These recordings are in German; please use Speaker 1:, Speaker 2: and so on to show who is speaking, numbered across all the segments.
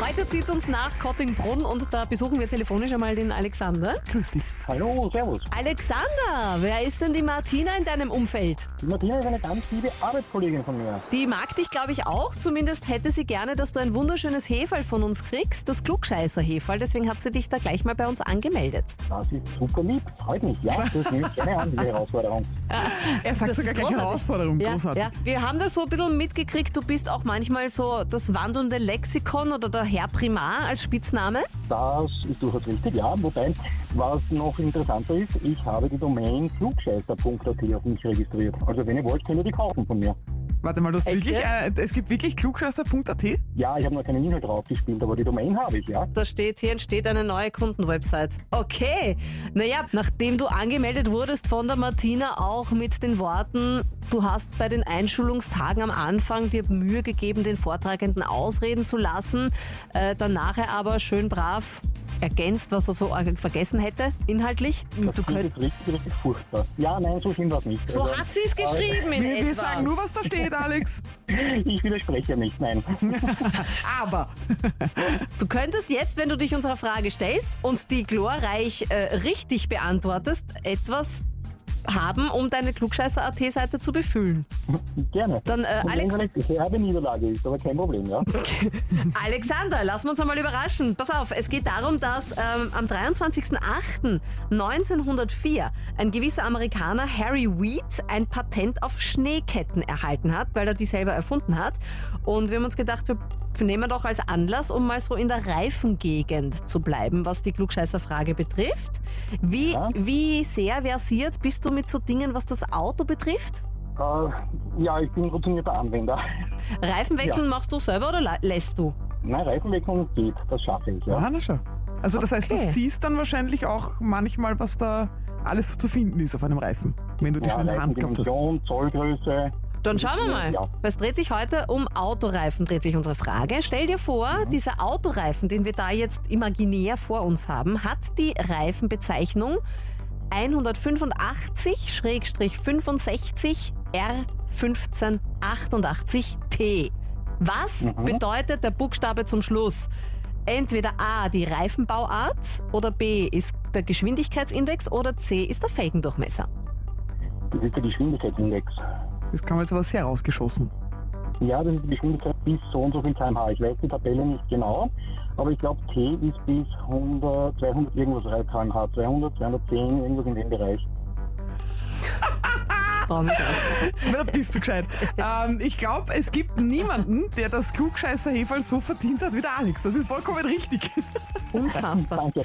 Speaker 1: Heute zieht es uns nach Kottingbrunn und da besuchen wir telefonisch einmal den Alexander.
Speaker 2: Grüß dich. Hallo, servus.
Speaker 1: Alexander, wer ist denn die Martina in deinem Umfeld?
Speaker 2: Die Martina ist eine ganz liebe Arbeitskollegin von mir.
Speaker 1: Die mag dich, glaube ich, auch. Zumindest hätte sie gerne, dass du ein wunderschönes Heferl von uns kriegst, das Klugscheißer-Heferl. Deswegen hat sie dich da gleich mal bei uns angemeldet.
Speaker 2: Das ist super lieb. Freut mich. Ja, das nehme ich gerne an, diese Herausforderung.
Speaker 3: Er sagt
Speaker 1: Das ist
Speaker 3: sogar gleich
Speaker 1: großartig.
Speaker 3: Herausforderung,
Speaker 1: Ja,
Speaker 3: großartig.
Speaker 1: ja. Wir haben da so ein bisschen mitgekriegt, du bist auch manchmal so das wandelnde Lexikon oder der Herr Primar als Spitzname.
Speaker 2: Das ist durchaus richtig, ja. Wobei, was noch interessanter ist, ich habe die Domain klugscheißer.at auf mich registriert. Also wenn ihr wollt, könnt ihr die kaufen von mir.
Speaker 3: Warte mal, du hast
Speaker 1: Echt
Speaker 3: wirklich, äh, es gibt wirklich klugscheißer.at?
Speaker 2: Ja, ich habe noch keinen Inhalt draufgespielt, aber die Domain habe ich, ja.
Speaker 1: Da steht, hier entsteht eine neue Kundenwebsite. Okay. Naja, nachdem du angemeldet wurdest von der Martina auch mit den Worten, du hast bei den Einschulungstagen am Anfang dir Mühe gegeben, den Vortragenden ausreden zu lassen, äh, dann nachher aber schön brav ergänzt, was er so äh, vergessen hätte, inhaltlich. Du
Speaker 2: Das klingt
Speaker 1: könnt,
Speaker 2: jetzt richtig, richtig furchtbar. Ja, nein, so schlimm war es nicht.
Speaker 1: so
Speaker 2: Also,
Speaker 1: hat sie es geschrieben in
Speaker 3: Wir,
Speaker 1: etwa.
Speaker 3: wir sagen nur, was da steht, Alex.
Speaker 2: Also, Ich widerspreche nicht, nein.
Speaker 1: Hm.
Speaker 3: Aber
Speaker 1: Du könntest jetzt, wenn du dich unserer Frage stellst und die glorreich äh, richtig beantwortest, etwas haben, um deine Klugscheißer.at-Seite zu befüllen.
Speaker 2: Gerne.
Speaker 1: Dann, äh,
Speaker 2: Und
Speaker 1: Alex-
Speaker 2: wenn es eine herbe Niederlage ist, aber kein Problem, ja.
Speaker 1: Alexander, lassen wir uns einmal überraschen. Pass auf, es geht darum, dass ähm, am 23.08.1904 ein gewisser Amerikaner Harry Weed ein Patent auf Schneeketten erhalten hat, weil er die selber erfunden hat. Und wir haben uns gedacht, wir nehmen doch als Anlass, um mal so in der Reifengegend zu bleiben, was die Klugscheißer-Frage betrifft. Wie,
Speaker 2: Ja.
Speaker 1: wie sehr versiert bist du mit so Dingen, was das Auto betrifft?
Speaker 2: Äh, ja, ich bin routinierter Anwender.
Speaker 1: Reifen wechseln machst du selber oder lä- lässt du?
Speaker 2: Nein, Reifenwechseln geht, das schaffe ich, ja.
Speaker 3: Ah, na schau. Also das heißt, du
Speaker 1: Okay.
Speaker 3: siehst dann wahrscheinlich auch manchmal, was da alles so zu finden ist auf einem Reifen, wenn du die
Speaker 2: Ja,
Speaker 3: schon in der Hand gehabt hast.
Speaker 2: Reifendimension, Zollgröße.
Speaker 1: Dann schauen wir mal.
Speaker 2: Ja.
Speaker 1: Es dreht sich heute um Autoreifen, dreht sich unsere Frage. Stell dir vor,
Speaker 2: Mhm.
Speaker 1: dieser Autoreifen, den wir da jetzt imaginär vor uns haben, hat die Reifenbezeichnung 185-65 R1588T. Was
Speaker 2: Mhm.
Speaker 1: bedeutet der Buchstabe zum Schluss? Entweder A, die Reifenbauart oder B ist der Geschwindigkeitsindex oder C ist der Felgendurchmesser.
Speaker 2: Das ist der Geschwindigkeitsindex.
Speaker 3: Das kam jetzt aber sehr rausgeschossen.
Speaker 2: Ja, das ist die Geschwindigkeit bis so und so viel kmh. Ich weiß die Tabelle nicht genau, aber ich glaube, T ist bis 100, 200 irgendwas kmh. 200, 210, irgendwas in dem Bereich.
Speaker 1: Frau Michael.
Speaker 3: Na, bist du gescheit. ähm, ich glaube, es gibt niemanden, der das klugscheißer Heferl so verdient hat wie der Alex. Das ist vollkommen richtig.
Speaker 1: Unfassbar.
Speaker 2: Danke.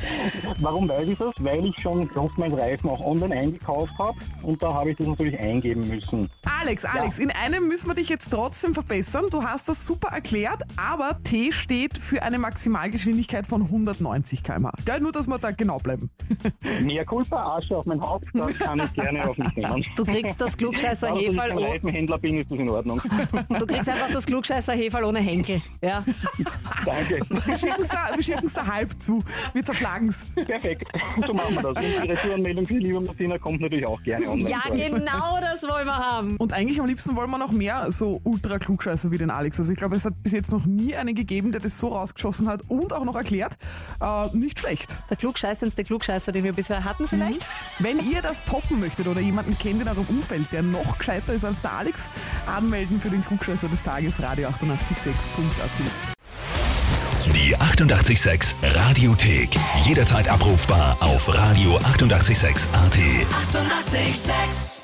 Speaker 2: Warum weiß ich das? Weil ich schon oft meinen Reifen auch online eingekauft habe und da habe ich das natürlich eingeben müssen.
Speaker 3: Alex, Alex, in einem müssen wir dich jetzt trotzdem verbessern. Du hast das super erklärt, aber T steht für eine Maximalgeschwindigkeit von 190 km/h. Gell, nur, dass wir da genau bleiben.
Speaker 2: Mehr Culpa, Asche auf mein Haupt, das kann ich gerne auf mich nehmen.
Speaker 1: Du kriegst das Klugscheißer
Speaker 2: Aber wenn ich
Speaker 1: Also Heferl
Speaker 2: kein
Speaker 1: ohne,
Speaker 2: Reifenhändler bin, ist das in Ordnung.
Speaker 1: du kriegst einfach das Klugscheißer Heferl ohne Henkel. Ja.
Speaker 2: Danke.
Speaker 3: Wir schicken's da, wir schicken's da halb zu. Wir zerschlagen's.
Speaker 2: Perfekt. So machen wir das. Und die Retouranmeldung für lieber Martina kommt natürlich auch gerne online.
Speaker 1: ja, genau das wollen wir haben.
Speaker 3: Und eigentlich am liebsten wollen wir noch mehr so ultra klugscheißer wie den Alex. Also ich glaube, es hat bis jetzt noch nie einen gegeben, der das so rausgeschossen hat und auch noch erklärt. Äh, nicht schlecht.
Speaker 1: Der klugscheißendste Klugscheißer, den wir bisher hatten vielleicht.
Speaker 3: Wenn ihr das toppen möchtet oder jemanden kennt in eurem Umfeld, der noch gescheiter ist als der Alex, anmelden für den Klugscheißer des Tages, radio 886.at.
Speaker 4: Die 88,6 Radiothek. Jederzeit abrufbar auf radio886.at. 88,6.
Speaker 5: Eighty-eight, sex.